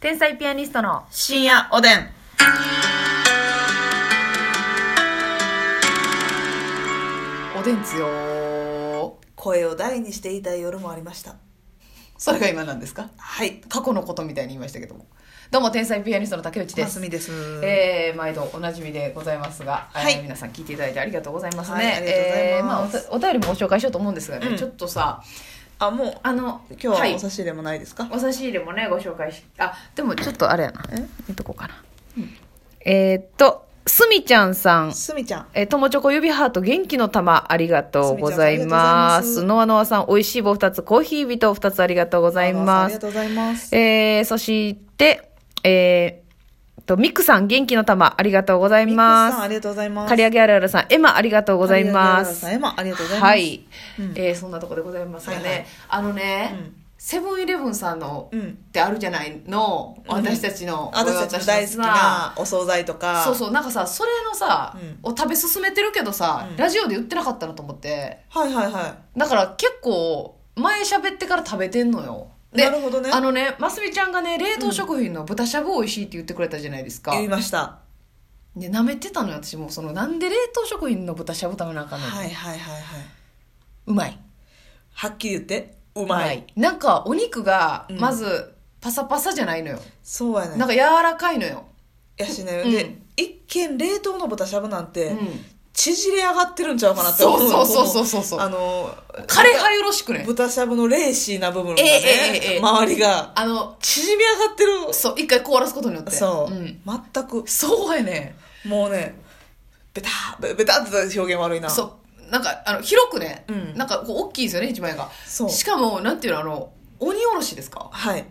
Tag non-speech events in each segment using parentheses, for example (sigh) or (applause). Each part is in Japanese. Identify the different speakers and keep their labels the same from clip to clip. Speaker 1: 天才ピアニストの
Speaker 2: 深夜おでん。おでんつよ
Speaker 3: 声を大にしていたい夜もありました
Speaker 2: それが今なんですか
Speaker 3: はい
Speaker 2: 過去のことみたいに言いましたけども。どうも、天才ピアニストの竹内で。
Speaker 3: ますみです、
Speaker 2: えー、毎度おなじみでございますが、
Speaker 3: はい
Speaker 2: えー皆さん聞いていただいてありがとうございますね、
Speaker 3: はいありがとうございます
Speaker 2: えーあ、おお便りもご紹介しようと思うんですがね、
Speaker 3: うん
Speaker 2: ちょっとさ
Speaker 3: あもう
Speaker 2: あの
Speaker 3: 今日ははいお差し入れもないですか、
Speaker 2: お差し入れもねご紹介しあでもちょっとあれやな
Speaker 3: え
Speaker 2: 見とこうかな、えーっとすみちゃんさん
Speaker 3: すみちゃん
Speaker 2: えー、ともちょこ指ハート元気の玉ありがとうございます
Speaker 3: すみちゃんありがとうございます
Speaker 2: ノアノアさん美味しい棒2つコーヒー人2つありがとうござい
Speaker 3: あ
Speaker 2: ま
Speaker 3: りが
Speaker 2: す
Speaker 3: とうございます
Speaker 2: えー、そしてえー、とミクさん元気の玉ありがとうございま
Speaker 3: ミックスさん
Speaker 2: す
Speaker 3: ありがとうございます
Speaker 2: 刈り上げあるあるさんエマありがとうございます
Speaker 3: ありがとうございますエマありがとうございます
Speaker 2: は、い、
Speaker 3: うん
Speaker 2: えーそんなとこでございますがね、
Speaker 3: はいはい
Speaker 2: あのね、
Speaker 3: うん
Speaker 2: セブンイレブンさんの、
Speaker 3: うん
Speaker 2: ってあるじゃないの私たちの、
Speaker 3: 私たちの大好きなお惣菜とか
Speaker 2: そうそうなんかさそれのさ、
Speaker 3: うん
Speaker 2: を食べ進めてるけどさ、
Speaker 3: うん
Speaker 2: ラジオで言ってなかったなと思って
Speaker 3: はいはいは
Speaker 2: だから結構前喋ってから食べてんのよで
Speaker 3: なるほどね
Speaker 2: あのねますみちゃんがね冷凍食品の豚しゃぶ美味しいって言ってくれたじゃないですか、
Speaker 3: い言いました
Speaker 2: で舐めてたのよ私もそのなんで冷凍食品の豚しゃぶ食べなあかんの、
Speaker 3: はいはいはいはいう
Speaker 2: まい
Speaker 3: はっきり言ってう
Speaker 2: う
Speaker 3: まい、
Speaker 2: なんかお肉が
Speaker 3: うん
Speaker 2: まずパサパサじゃないのよ、
Speaker 3: そうやね
Speaker 2: なんか柔らかいのよ、
Speaker 3: やしね、
Speaker 2: うん
Speaker 3: で一見冷凍の豚しゃぶなんて、
Speaker 2: うん
Speaker 3: 縮れ上がってるんちゃうかなって思う
Speaker 2: そうそうそうそうそう
Speaker 3: あの
Speaker 2: カレー派よろしくね
Speaker 3: 豚しゃぶのレーシーな部分がね、
Speaker 2: ええええええ
Speaker 3: 周りが
Speaker 2: あの
Speaker 3: 縮み上がってる
Speaker 2: そう一回凍らすことによって
Speaker 3: そう、
Speaker 2: ん、
Speaker 3: 全く
Speaker 2: そうやね
Speaker 3: もうねベタベベタって表現悪いな
Speaker 2: そうなんかあの広くね、
Speaker 3: うん
Speaker 2: なんかこう大きいですよね一枚が
Speaker 3: そう
Speaker 2: しかもなんていうのあの鬼おろしですか、
Speaker 3: はい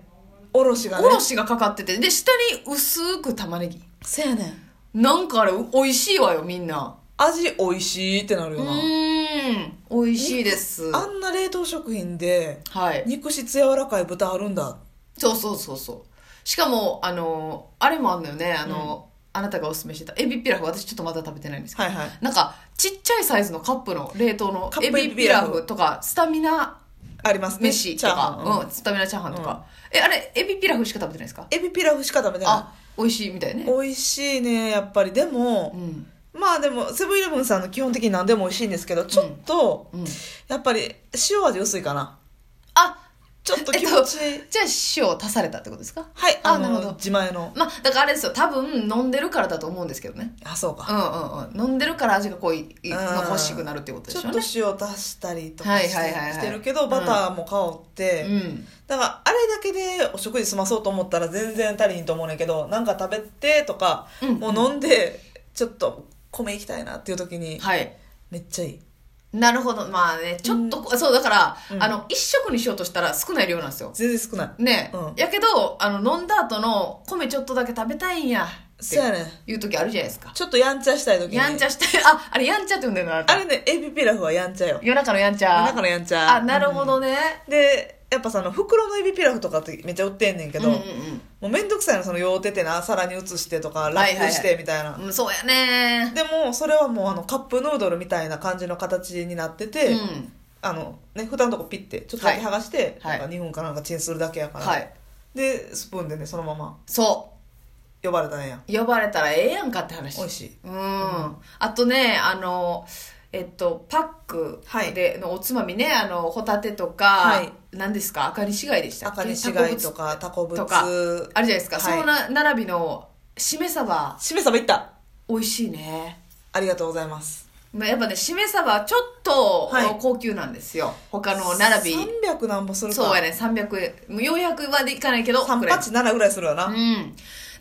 Speaker 3: おろしがね
Speaker 2: おろしがかかっててで下に薄く玉ねぎ
Speaker 3: せやねん
Speaker 2: なんかあれ美味しいわよみんな
Speaker 3: 味美味しいってなる
Speaker 2: う
Speaker 3: よな、
Speaker 2: ーん美味しいです
Speaker 3: あんな冷凍食品で
Speaker 2: はい
Speaker 3: 肉質柔らかい豚あるんだ
Speaker 2: そうそうそうそうしかもあのあれもあんのよねあの、あなたがおすすめしてたエビピラフ私ちょっとまだ食べてないんですけど、
Speaker 3: はいはい
Speaker 2: なんかちっちゃいサイズのカップの冷凍の
Speaker 3: カ
Speaker 2: エ
Speaker 3: ップエ
Speaker 2: ビ
Speaker 3: ビ
Speaker 2: ピ
Speaker 3: ピ
Speaker 2: ラ
Speaker 3: ラフ
Speaker 2: フとかスタミナ
Speaker 3: ありますね
Speaker 2: 飯と
Speaker 3: チャーハ
Speaker 2: か
Speaker 3: ン、
Speaker 2: うん、スタミナチャーハンとか、えあれエビピラフしか食べてないですか
Speaker 3: エビピラフしか食べてな
Speaker 2: あ美味しいみたい
Speaker 3: い
Speaker 2: ね
Speaker 3: 美味しいねやっぱりでも
Speaker 2: う、ん
Speaker 3: まあでもセブンイレブンさんの基本的に何でも美味しいんですけどちょっと、
Speaker 2: うん
Speaker 3: やっぱり塩味薄いかな
Speaker 2: あ
Speaker 3: ちょっと
Speaker 2: えっ
Speaker 3: 気
Speaker 2: と
Speaker 3: 持ち、
Speaker 2: じゃあ塩を足されたってことですか
Speaker 3: はい
Speaker 2: あ
Speaker 3: あの
Speaker 2: なるほど
Speaker 3: 自前の
Speaker 2: まあだからあれですよ多分飲んでるからだと思うんですけどね
Speaker 3: あそう
Speaker 2: う
Speaker 3: か、
Speaker 2: んうんうん飲んでるから味がこういい
Speaker 3: うん
Speaker 2: 残しくなるってことで
Speaker 3: ちょ
Speaker 2: しょ
Speaker 3: っ
Speaker 2: う
Speaker 3: と
Speaker 2: ね
Speaker 3: 塩足したりとか
Speaker 2: はい
Speaker 3: して,、
Speaker 2: はいはいはい
Speaker 3: してるけどバターも香って、
Speaker 2: うん
Speaker 3: だからあれだけでお食事済まそうと思ったら全然足りひんと思うねんけどなんか食べてとか、
Speaker 2: うん
Speaker 3: もう飲んでちょっと米いきたいなっていう時に
Speaker 2: はい
Speaker 3: めっちゃいい
Speaker 2: なるほどまあねちょっとこ、そうだから、
Speaker 3: うん
Speaker 2: あの一食にしようとしたら少ない量なんですよ
Speaker 3: 全然少ない
Speaker 2: ね、
Speaker 3: うん
Speaker 2: やけどあの飲んだ後の米ちょっとだけ食べたいんや
Speaker 3: そうやねん
Speaker 2: いう時あるじゃないですか
Speaker 3: ちょっとやんちゃしたい時に
Speaker 2: やんちゃしたいああれやんちゃって呼んでるのあなた
Speaker 3: あれねエビピラフはやんちゃよ
Speaker 2: 夜中のやんちゃ
Speaker 3: 夜中のやんちゃ
Speaker 2: あなるほどね、
Speaker 3: でやっぱその袋のエビピラフとかってめっちゃ売ってんねんけ
Speaker 2: うん
Speaker 3: ど、
Speaker 2: うん
Speaker 3: もうめんどくさいのその用手てな皿に移してとかラップしてみたいな、
Speaker 2: うんうんそうやね
Speaker 3: でもそれはもうあのカップヌードルみたいな感じの形になってて、
Speaker 2: うん
Speaker 3: あのね蓋のとこピッてちょっとだけ剥がして、
Speaker 2: はい
Speaker 3: なんか2分かなんかチンするだけやから、
Speaker 2: はい
Speaker 3: でスプーンでねそのまま
Speaker 2: そ
Speaker 3: 呼ばれたねんや
Speaker 2: う呼ばれたらええやんかって話
Speaker 3: 美味しい
Speaker 2: うん、あとねあのえっとパック
Speaker 3: はい
Speaker 2: でのおつまみね、あのホタテとか、
Speaker 3: はい
Speaker 2: 何ですか赤に市街でしたっけ
Speaker 3: 赤にしがい
Speaker 2: タ
Speaker 3: と
Speaker 2: コ
Speaker 3: かタコ
Speaker 2: ブ
Speaker 3: ブ
Speaker 2: ツ
Speaker 3: ツ
Speaker 2: とかあるじゃないですか、
Speaker 3: はい
Speaker 2: そのな並びのしめ鯖
Speaker 3: しめさばいった
Speaker 2: 美味しいね
Speaker 3: ありがとうございます
Speaker 2: まあやっぱねしめ鯖はちょっと
Speaker 3: はい
Speaker 2: 高級なんですよ、他の並び
Speaker 3: 300なんぼするか
Speaker 2: そうやね300円もう400はでいかないけど
Speaker 3: 3
Speaker 2: ぐらい
Speaker 3: 八7ぐらいするよな、
Speaker 2: うん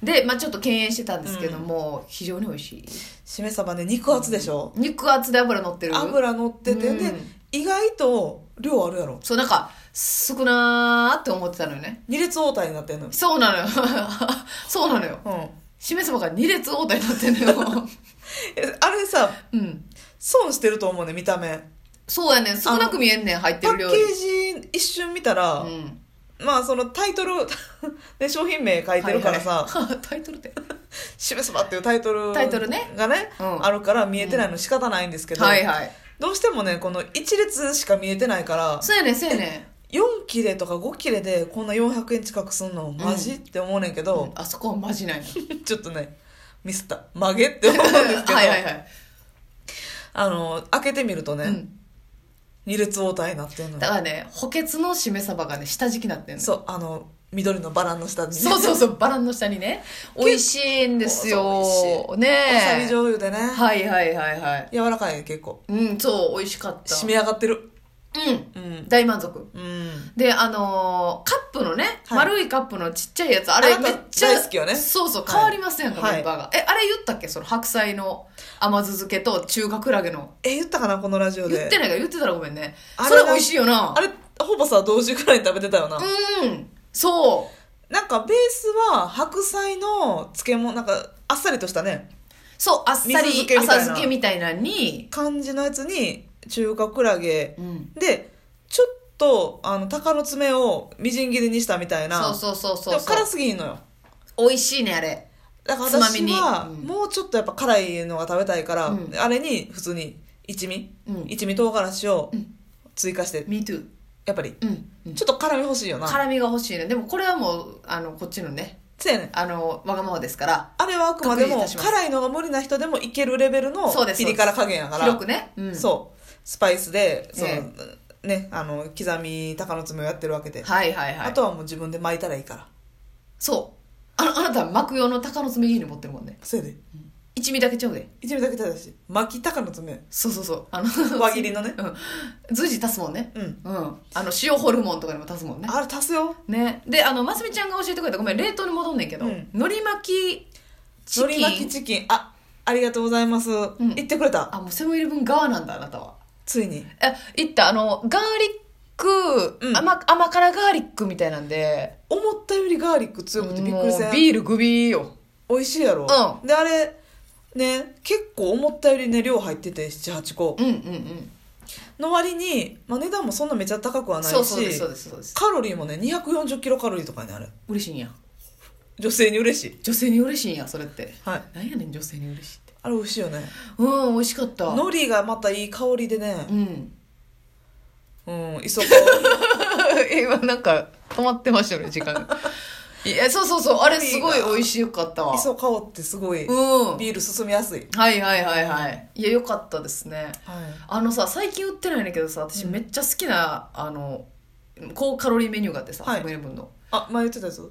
Speaker 2: で、まあ、ちょっと敬遠してたんですけども、非常に美味しい
Speaker 3: しめさばね肉厚でしょ、
Speaker 2: 肉厚で油乗ってる
Speaker 3: 油乗ってて、
Speaker 2: うん
Speaker 3: で意外と量あるやろ
Speaker 2: そうなんか少なーって思ってたのよね
Speaker 3: 二列応対になってんのよ
Speaker 2: そうなのよ (laughs) そうなのよ
Speaker 3: うん
Speaker 2: しめ鯖が2列応対になってんの
Speaker 3: (laughs)
Speaker 2: よ
Speaker 3: えあれさ
Speaker 2: うん
Speaker 3: 損してると思うね見た目
Speaker 2: そうやねん少なく見えんねん入って
Speaker 3: パ
Speaker 2: る
Speaker 3: ッ
Speaker 2: 量
Speaker 3: ケージ一瞬見たら、
Speaker 2: うん
Speaker 3: まあそのタイトル (laughs) で商品名書いてるからさ
Speaker 2: はい (laughs) はいタイトルって
Speaker 3: 「しめそば」っていうタイトル
Speaker 2: タイトルね
Speaker 3: がね、
Speaker 2: うん
Speaker 3: あるから見えてないの仕方ないんですけど、
Speaker 2: はいはい
Speaker 3: どうしてもねこの一列しか見えてないから
Speaker 2: そうやねんそうやね
Speaker 3: 4切れとか5切れでこんな400円近くすんのマジ、
Speaker 2: うん
Speaker 3: って思うねんけ
Speaker 2: うん
Speaker 3: ど、
Speaker 2: あそこはマジないの
Speaker 3: ちょっとねミスった曲げって思うんですけ
Speaker 2: (laughs)
Speaker 3: ど
Speaker 2: はいはいはい、
Speaker 3: あの開けてみるとね、
Speaker 2: うん、
Speaker 3: 二列応対になってんのよ
Speaker 2: だからね補欠のしめ鯖がね下敷きになってんの
Speaker 3: そうあの緑のバランの下にね
Speaker 2: そうそうそうバランの下にね美味しいんですよね
Speaker 3: わさび醤油でね、
Speaker 2: はいはいはいはい
Speaker 3: 柔らかいね結構
Speaker 2: うんそう美味しかった
Speaker 3: 締め上がってる
Speaker 2: うん
Speaker 3: うん
Speaker 2: 大満足
Speaker 3: うん
Speaker 2: であのーカップのね、
Speaker 3: はい
Speaker 2: 丸いカップのちっちゃいやつあれ
Speaker 3: あ
Speaker 2: め
Speaker 3: な
Speaker 2: ったちゃ
Speaker 3: 大好きよね
Speaker 2: そうそう
Speaker 3: はい
Speaker 2: 変わりますやんか、
Speaker 3: はい
Speaker 2: メンバーがえあれ言ったっけその白菜の甘酢漬けと中華クラゲの
Speaker 3: え言ったかなこのラジオで
Speaker 2: 言ってないから言ってたらごめんね
Speaker 3: あれ
Speaker 2: それ美味しいよな
Speaker 3: あれほぼさ同時くらいに食べてたよな、
Speaker 2: うんそう
Speaker 3: なんかベースは白菜の漬物なんかあっさりとしたね
Speaker 2: そうあっさり
Speaker 3: 水漬けみたいな
Speaker 2: 浅漬けみたいなのに
Speaker 3: 感じのやつに中華クラゲ
Speaker 2: うん
Speaker 3: でちょっとあの鷹の爪をみじん切りにしたみたい
Speaker 2: そ
Speaker 3: な
Speaker 2: うそうそうそう
Speaker 3: でも辛すぎんのよ
Speaker 2: 美味しいねあれ
Speaker 3: だから
Speaker 2: つまみ
Speaker 3: 私
Speaker 2: に
Speaker 3: は
Speaker 2: うん
Speaker 3: もうちょっとやっぱ辛いのが食べたいから、
Speaker 2: うん
Speaker 3: あれに普通に一味、
Speaker 2: うん
Speaker 3: 一味唐辛子を
Speaker 2: うん
Speaker 3: 追加して、
Speaker 2: Me too
Speaker 3: やっぱり
Speaker 2: うん、うん
Speaker 3: ちょっと辛み欲しいよな
Speaker 2: 辛みが欲しいねでもこれはもうあのこっちのね
Speaker 3: そうやねん
Speaker 2: あのわがままですから
Speaker 3: あれはあくまで
Speaker 2: 確認い
Speaker 3: も
Speaker 2: たします
Speaker 3: 辛いのが無理な人でもいけるレベルの
Speaker 2: そうです
Speaker 3: ピリ辛加減やから
Speaker 2: 広くね、うん、
Speaker 3: そうスパイスでその、
Speaker 2: え
Speaker 3: ねあの刻み鷹の爪をやってるわけで、
Speaker 2: はいはいはい
Speaker 3: あとはもう自分で巻いたらいいから
Speaker 2: そうあのあなた巻く用の鷹の爪切り持ってるもんね
Speaker 3: それで
Speaker 2: 一味だけちゃうで
Speaker 3: 一味だけ食べたし巻き鷹の爪
Speaker 2: そうそうそうあの
Speaker 3: (laughs) 輪切りのね
Speaker 2: うん随時足すもんね
Speaker 3: うん
Speaker 2: うんあの塩ホルモンとかにも足すもんね
Speaker 3: あれ足すよ
Speaker 2: ねであのますみちゃんが教えてくれたごめん冷凍に戻んねんけど、
Speaker 3: うん
Speaker 2: 海苔巻きチキン
Speaker 3: のり巻きチキンあありがとうございます、
Speaker 2: ん
Speaker 3: 言ってくれた
Speaker 2: あもうセブンイレブン側なんだあなたは
Speaker 3: ついに
Speaker 2: え行ったあのガーリック、
Speaker 3: うん
Speaker 2: 甘甘辛ガーリックみたいなんで
Speaker 3: 思ったよりガーリック強くてびっくりせ
Speaker 2: もうんビールグビーよ
Speaker 3: 美味しいやろ、
Speaker 2: う
Speaker 3: であれね結構思ったよりね量入ってて78個
Speaker 2: うんうんうん
Speaker 3: の割に、まあ、値段もそんなめちゃ高くはないし
Speaker 2: そうそうですそうですそうです
Speaker 3: カロリーもね240キロカロリーとかにある
Speaker 2: 嬉しいんや
Speaker 3: 女性に嬉しい
Speaker 2: 女性に嬉しいんやそれって
Speaker 3: はい
Speaker 2: なんやねん女性に嬉しいって
Speaker 3: あれ美味しいよね
Speaker 2: うん美味しかった
Speaker 3: 海苔がまたいい香りでね
Speaker 2: うん (laughs)
Speaker 3: うん磯子
Speaker 2: 今なんか止まってましたよね時間 (laughs) がいやそうそうそうあれすごい美味しかったわ
Speaker 3: 磯香ってすごい
Speaker 2: うん
Speaker 3: ビール進みやすい、
Speaker 2: はいはいはいはいいやよかったですね
Speaker 3: はい、
Speaker 2: あのさ最近売ってないんだけどさ私めっちゃ好きな、あの高カロリーメニューがあってさ
Speaker 3: はい
Speaker 2: セブンイレブンの
Speaker 3: あ前言ってたやつうん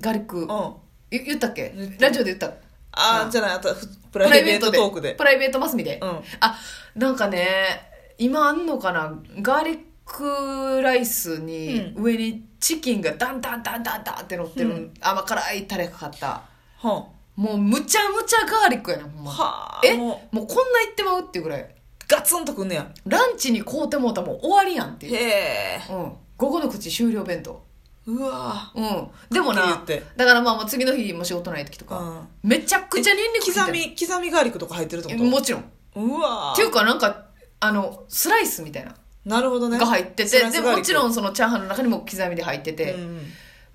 Speaker 2: ガーリック
Speaker 3: あ
Speaker 2: ゆ言ったっけ
Speaker 3: 言って
Speaker 2: ラジオで言った
Speaker 3: あーじゃないあとふプライベートトークで
Speaker 2: プライベートマスミで、
Speaker 3: うん
Speaker 2: あなんかね今あんのかなガーリックライスに
Speaker 3: う
Speaker 2: 上にチキンがダンダンダンダンダンって乗ってる、
Speaker 3: うん
Speaker 2: 甘辛いタレかかった
Speaker 3: は
Speaker 2: もうむちゃむちゃガーリックやなほん
Speaker 3: あ、
Speaker 2: ま
Speaker 3: はあ、
Speaker 2: えも
Speaker 3: も
Speaker 2: うこんないってまうっていうぐらいう
Speaker 3: ガツンとくんねや
Speaker 2: ランチに買うてもうたらもう終わりやんっていう、
Speaker 3: へえ
Speaker 2: うん、午後の口終了弁当
Speaker 3: うわ
Speaker 2: うんでも
Speaker 3: はっ
Speaker 2: な
Speaker 3: きり言って
Speaker 2: だからまあまあ次の日も仕事ない時とか、
Speaker 3: あ
Speaker 2: めちゃくちゃニンニク
Speaker 3: 刻
Speaker 2: 入って
Speaker 3: み刻みガーリックとか入ってるって
Speaker 2: る
Speaker 3: こと
Speaker 2: もちろんっ
Speaker 3: うわ
Speaker 2: ていうかなんかあのスライスみたいな
Speaker 3: なるほどね
Speaker 2: が入って
Speaker 3: ス
Speaker 2: て
Speaker 3: ライ
Speaker 2: で
Speaker 3: スガー
Speaker 2: も
Speaker 3: リック
Speaker 2: ちろんそのチャーハンの中にも刻みで入って
Speaker 3: う
Speaker 2: て、
Speaker 3: ん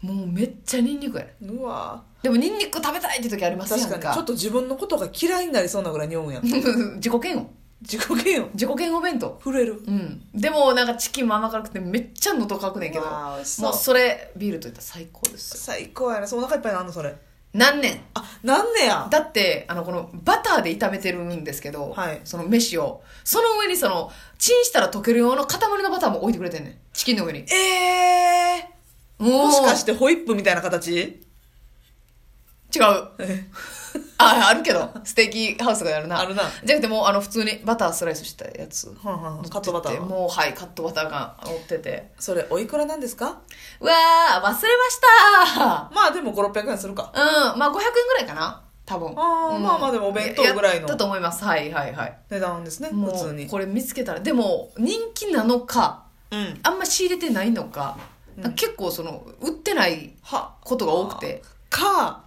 Speaker 2: もうめっちゃニンニクやね
Speaker 3: うわ
Speaker 2: でもニンニク食べたいって時ありますやん
Speaker 3: 確
Speaker 2: か
Speaker 3: かにちょっと自分のことが嫌いになりそうなぐらいに思うんやん
Speaker 2: 自己嫌悪
Speaker 3: 自己嫌悪
Speaker 2: 自己嫌悪弁当
Speaker 3: 震える
Speaker 2: うんでもなんかチキンも甘辛くてめっちゃ喉乾くねんけど
Speaker 3: うわー美味しそう
Speaker 2: もうそれビールといったら最高ですよ
Speaker 3: 最高やなそうお腹いっぱいなんのそれ
Speaker 2: 何年
Speaker 3: あなんねや
Speaker 2: だってあのこのバターで炒めてるんですけど、
Speaker 3: はい
Speaker 2: その飯をその上にそのチンしたら溶ける用の塊のバターも置いてくれてんねんチキンの上に
Speaker 3: ええ
Speaker 2: も
Speaker 3: もしかしてホイップみたいな形 (laughs)
Speaker 2: て違うああるけどステーキハウスとかであるな
Speaker 3: あるな
Speaker 2: じゃなくてもうあの普通にバタースライスしたやつ
Speaker 3: はんはんカットバターは
Speaker 2: もうはいカットバターが乗ってて
Speaker 3: それおいくらなんですか
Speaker 2: うわー忘れました
Speaker 3: まあでも5600円するか
Speaker 2: うんまあ500円ぐらいかな多分
Speaker 3: あー
Speaker 2: うん
Speaker 3: まあまあでもお弁当ぐらいの
Speaker 2: やだと思いますはいはいはい
Speaker 3: 値段ですね
Speaker 2: も
Speaker 3: 普通
Speaker 2: う
Speaker 3: に
Speaker 2: これ見つけたらでも人気なのか
Speaker 3: うん
Speaker 2: あんま仕入れてないのか,、
Speaker 3: うん
Speaker 2: 結構その売ってない
Speaker 3: は
Speaker 2: ことが多くて
Speaker 3: か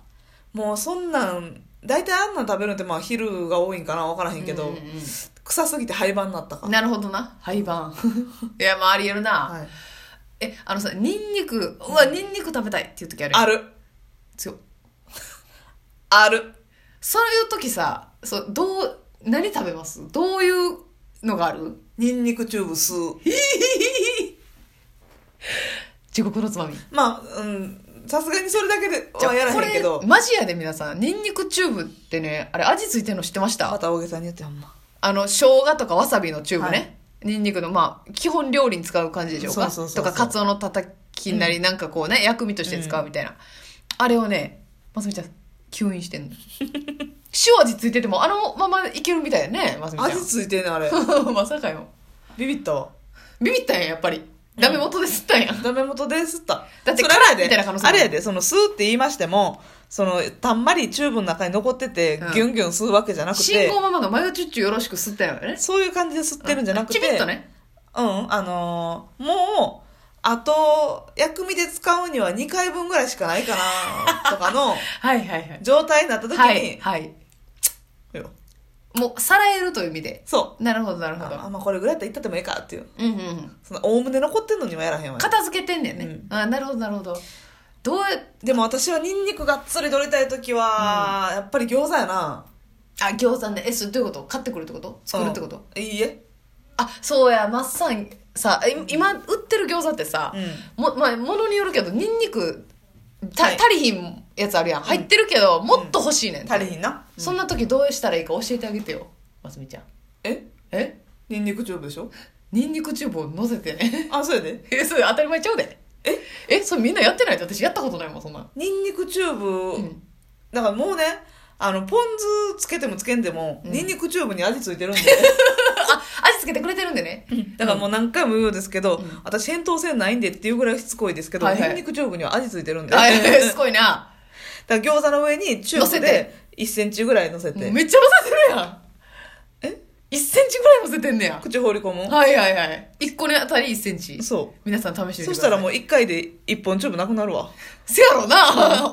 Speaker 3: もうそんなん大体あんなん食べるのってまあ昼が多いんかな分からへんけど、
Speaker 2: うんうんう
Speaker 3: 臭すぎて廃盤になったか
Speaker 2: んなるほどな廃盤 (laughs) いやまあありえるな、
Speaker 3: はい、
Speaker 2: えあのさニンニクうわニンニク食べたいっていう時あるよ
Speaker 3: ある
Speaker 2: そう
Speaker 3: ある
Speaker 2: そういう時さそうどう何食べますどういうのがある
Speaker 3: ニンニクチューブ吸う
Speaker 2: 地獄のつまみ
Speaker 3: まあうんさすがにそれだけではやらへんけ
Speaker 2: こ
Speaker 3: ど
Speaker 2: れマジやで皆さんニンニクチューブってねあれ味ついてるの知ってました
Speaker 3: また大げさに言ってほんま
Speaker 2: あの生姜とかわさびのチューブね、
Speaker 3: はい
Speaker 2: ニンニクのまあ基本料理に使う感じでしょうか
Speaker 3: そうそうそうそう
Speaker 2: とかカツオのたたきなりなんかこうね、薬味として使うみたいな、あれをねますみちゃん吸引してんの塩味ついててもあのままいけるみたいやねますみち
Speaker 3: 味ついてんねあれ
Speaker 2: ゃん (laughs) まさかよ
Speaker 3: ビビったわ
Speaker 2: ビビったんややっぱりダメ元で吸ったんや、
Speaker 3: ダメ元ですった
Speaker 2: だって
Speaker 3: それあれや
Speaker 2: 辛いみたいな可能性も
Speaker 3: であれやでその吸うって言いましてもそのたんまりチューブの中に残ってて、
Speaker 2: うん
Speaker 3: ギュンギュン吸うわけじゃなく
Speaker 2: 信
Speaker 3: て
Speaker 2: 号ママのマヨチュッチュよろしく吸ったんやね
Speaker 3: そういう感じで吸ってるんじゃなくて
Speaker 2: チビッとね
Speaker 3: うん、あのーもう、あと、薬味で使うには2回分ぐらいしかないかな、と
Speaker 2: (laughs)
Speaker 3: かの
Speaker 2: はいはいはい
Speaker 3: 状態になった時に、
Speaker 2: はいはい
Speaker 3: よ
Speaker 2: もうさらえるという意味で
Speaker 3: そ
Speaker 2: なるほどなる
Speaker 3: う。
Speaker 2: ほど
Speaker 3: あ、まあこれぐらいやったらいったってもええかっていう。
Speaker 2: うんうんうん
Speaker 3: その、おおむね残ってんのにはやらへんわ。
Speaker 2: 片付けてんねんね、
Speaker 3: うん
Speaker 2: あなるほどなるほどどうや
Speaker 3: でも私はニンニクがっつり取りたい時は、やっぱり餃子やな。
Speaker 2: あ餃子ねえそれどういうこと買ってくるってこと作るってこと、
Speaker 3: うんいいえ。
Speaker 2: あそうやマッサンさい今売ってる餃子ってさ、
Speaker 3: う
Speaker 2: もまあ、ものによるけどニンニクた
Speaker 3: はい
Speaker 2: 足りひんやつあるやん入ってるけど、もっと欲しいねん、
Speaker 3: 足りひんな。
Speaker 2: そんな時どうしたらいいか教えてあげてよますみちゃん
Speaker 3: え
Speaker 2: え
Speaker 3: ニンニクチューブでしょ
Speaker 2: ニンニクチューブを乗せてね
Speaker 3: あ、そうやで。
Speaker 2: (laughs) えそれ当たり前ちゃうで
Speaker 3: え
Speaker 2: えそれみんなやってないと私やったことないもんそんなん
Speaker 3: ニンニクチューブ、
Speaker 2: ん
Speaker 3: だからもうねあのポン酢つけてもつけんでも、ニンニクチューブに味ついてるんで
Speaker 2: (laughs) あ味付けてくれてるんでね、
Speaker 3: だからもう何回も言うようですけど、私扁桃腺ないんでっていうぐらいしつこいですけど、
Speaker 2: はいはい
Speaker 3: ニンニクチューブには味ついてるんで、
Speaker 2: あえ
Speaker 3: (laughs)
Speaker 2: ーす
Speaker 3: だか
Speaker 2: ごいな
Speaker 3: ら餃子の上にチューブ
Speaker 2: 乗せ
Speaker 3: で1センチぐらい乗せて、
Speaker 2: めっちゃ乗せてるやん
Speaker 3: え
Speaker 2: 1センチぐらい乗せてんねや
Speaker 3: 口放り込む、
Speaker 2: はいはいはい1個に当たり1センチ
Speaker 3: そ
Speaker 2: 皆さん試して
Speaker 3: う
Speaker 2: みて
Speaker 3: そ
Speaker 2: ください
Speaker 3: したらもう1回で1本チューブなくなるわ
Speaker 2: せやろな、